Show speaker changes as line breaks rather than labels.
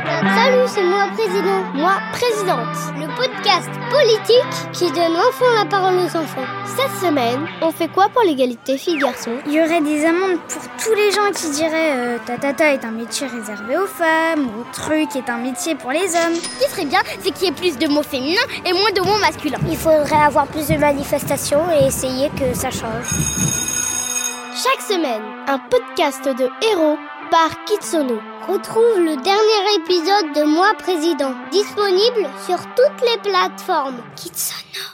Coucou, c'est moi président, moi présidente. Le podcast politique qui donne enfin la parole aux enfants. Cette semaine, on fait quoi pour l'égalité filles-garçons
Il y aurait des amendes pour tous les gens qui diraient euh, ta ta ta est un métier réservé aux femmes ou truc est un métier pour les hommes.
Ce qui serait bien, c'est qu'il y ait plus de mots féminins et moins de mots masculins.
Il faudrait avoir plus de manifestations et essayer que ça change.
Chaque semaine, un podcast de héros par Kitsono.
Retrouve le dernier épisode de Moi Président, disponible sur toutes les plateformes.
Kitsono.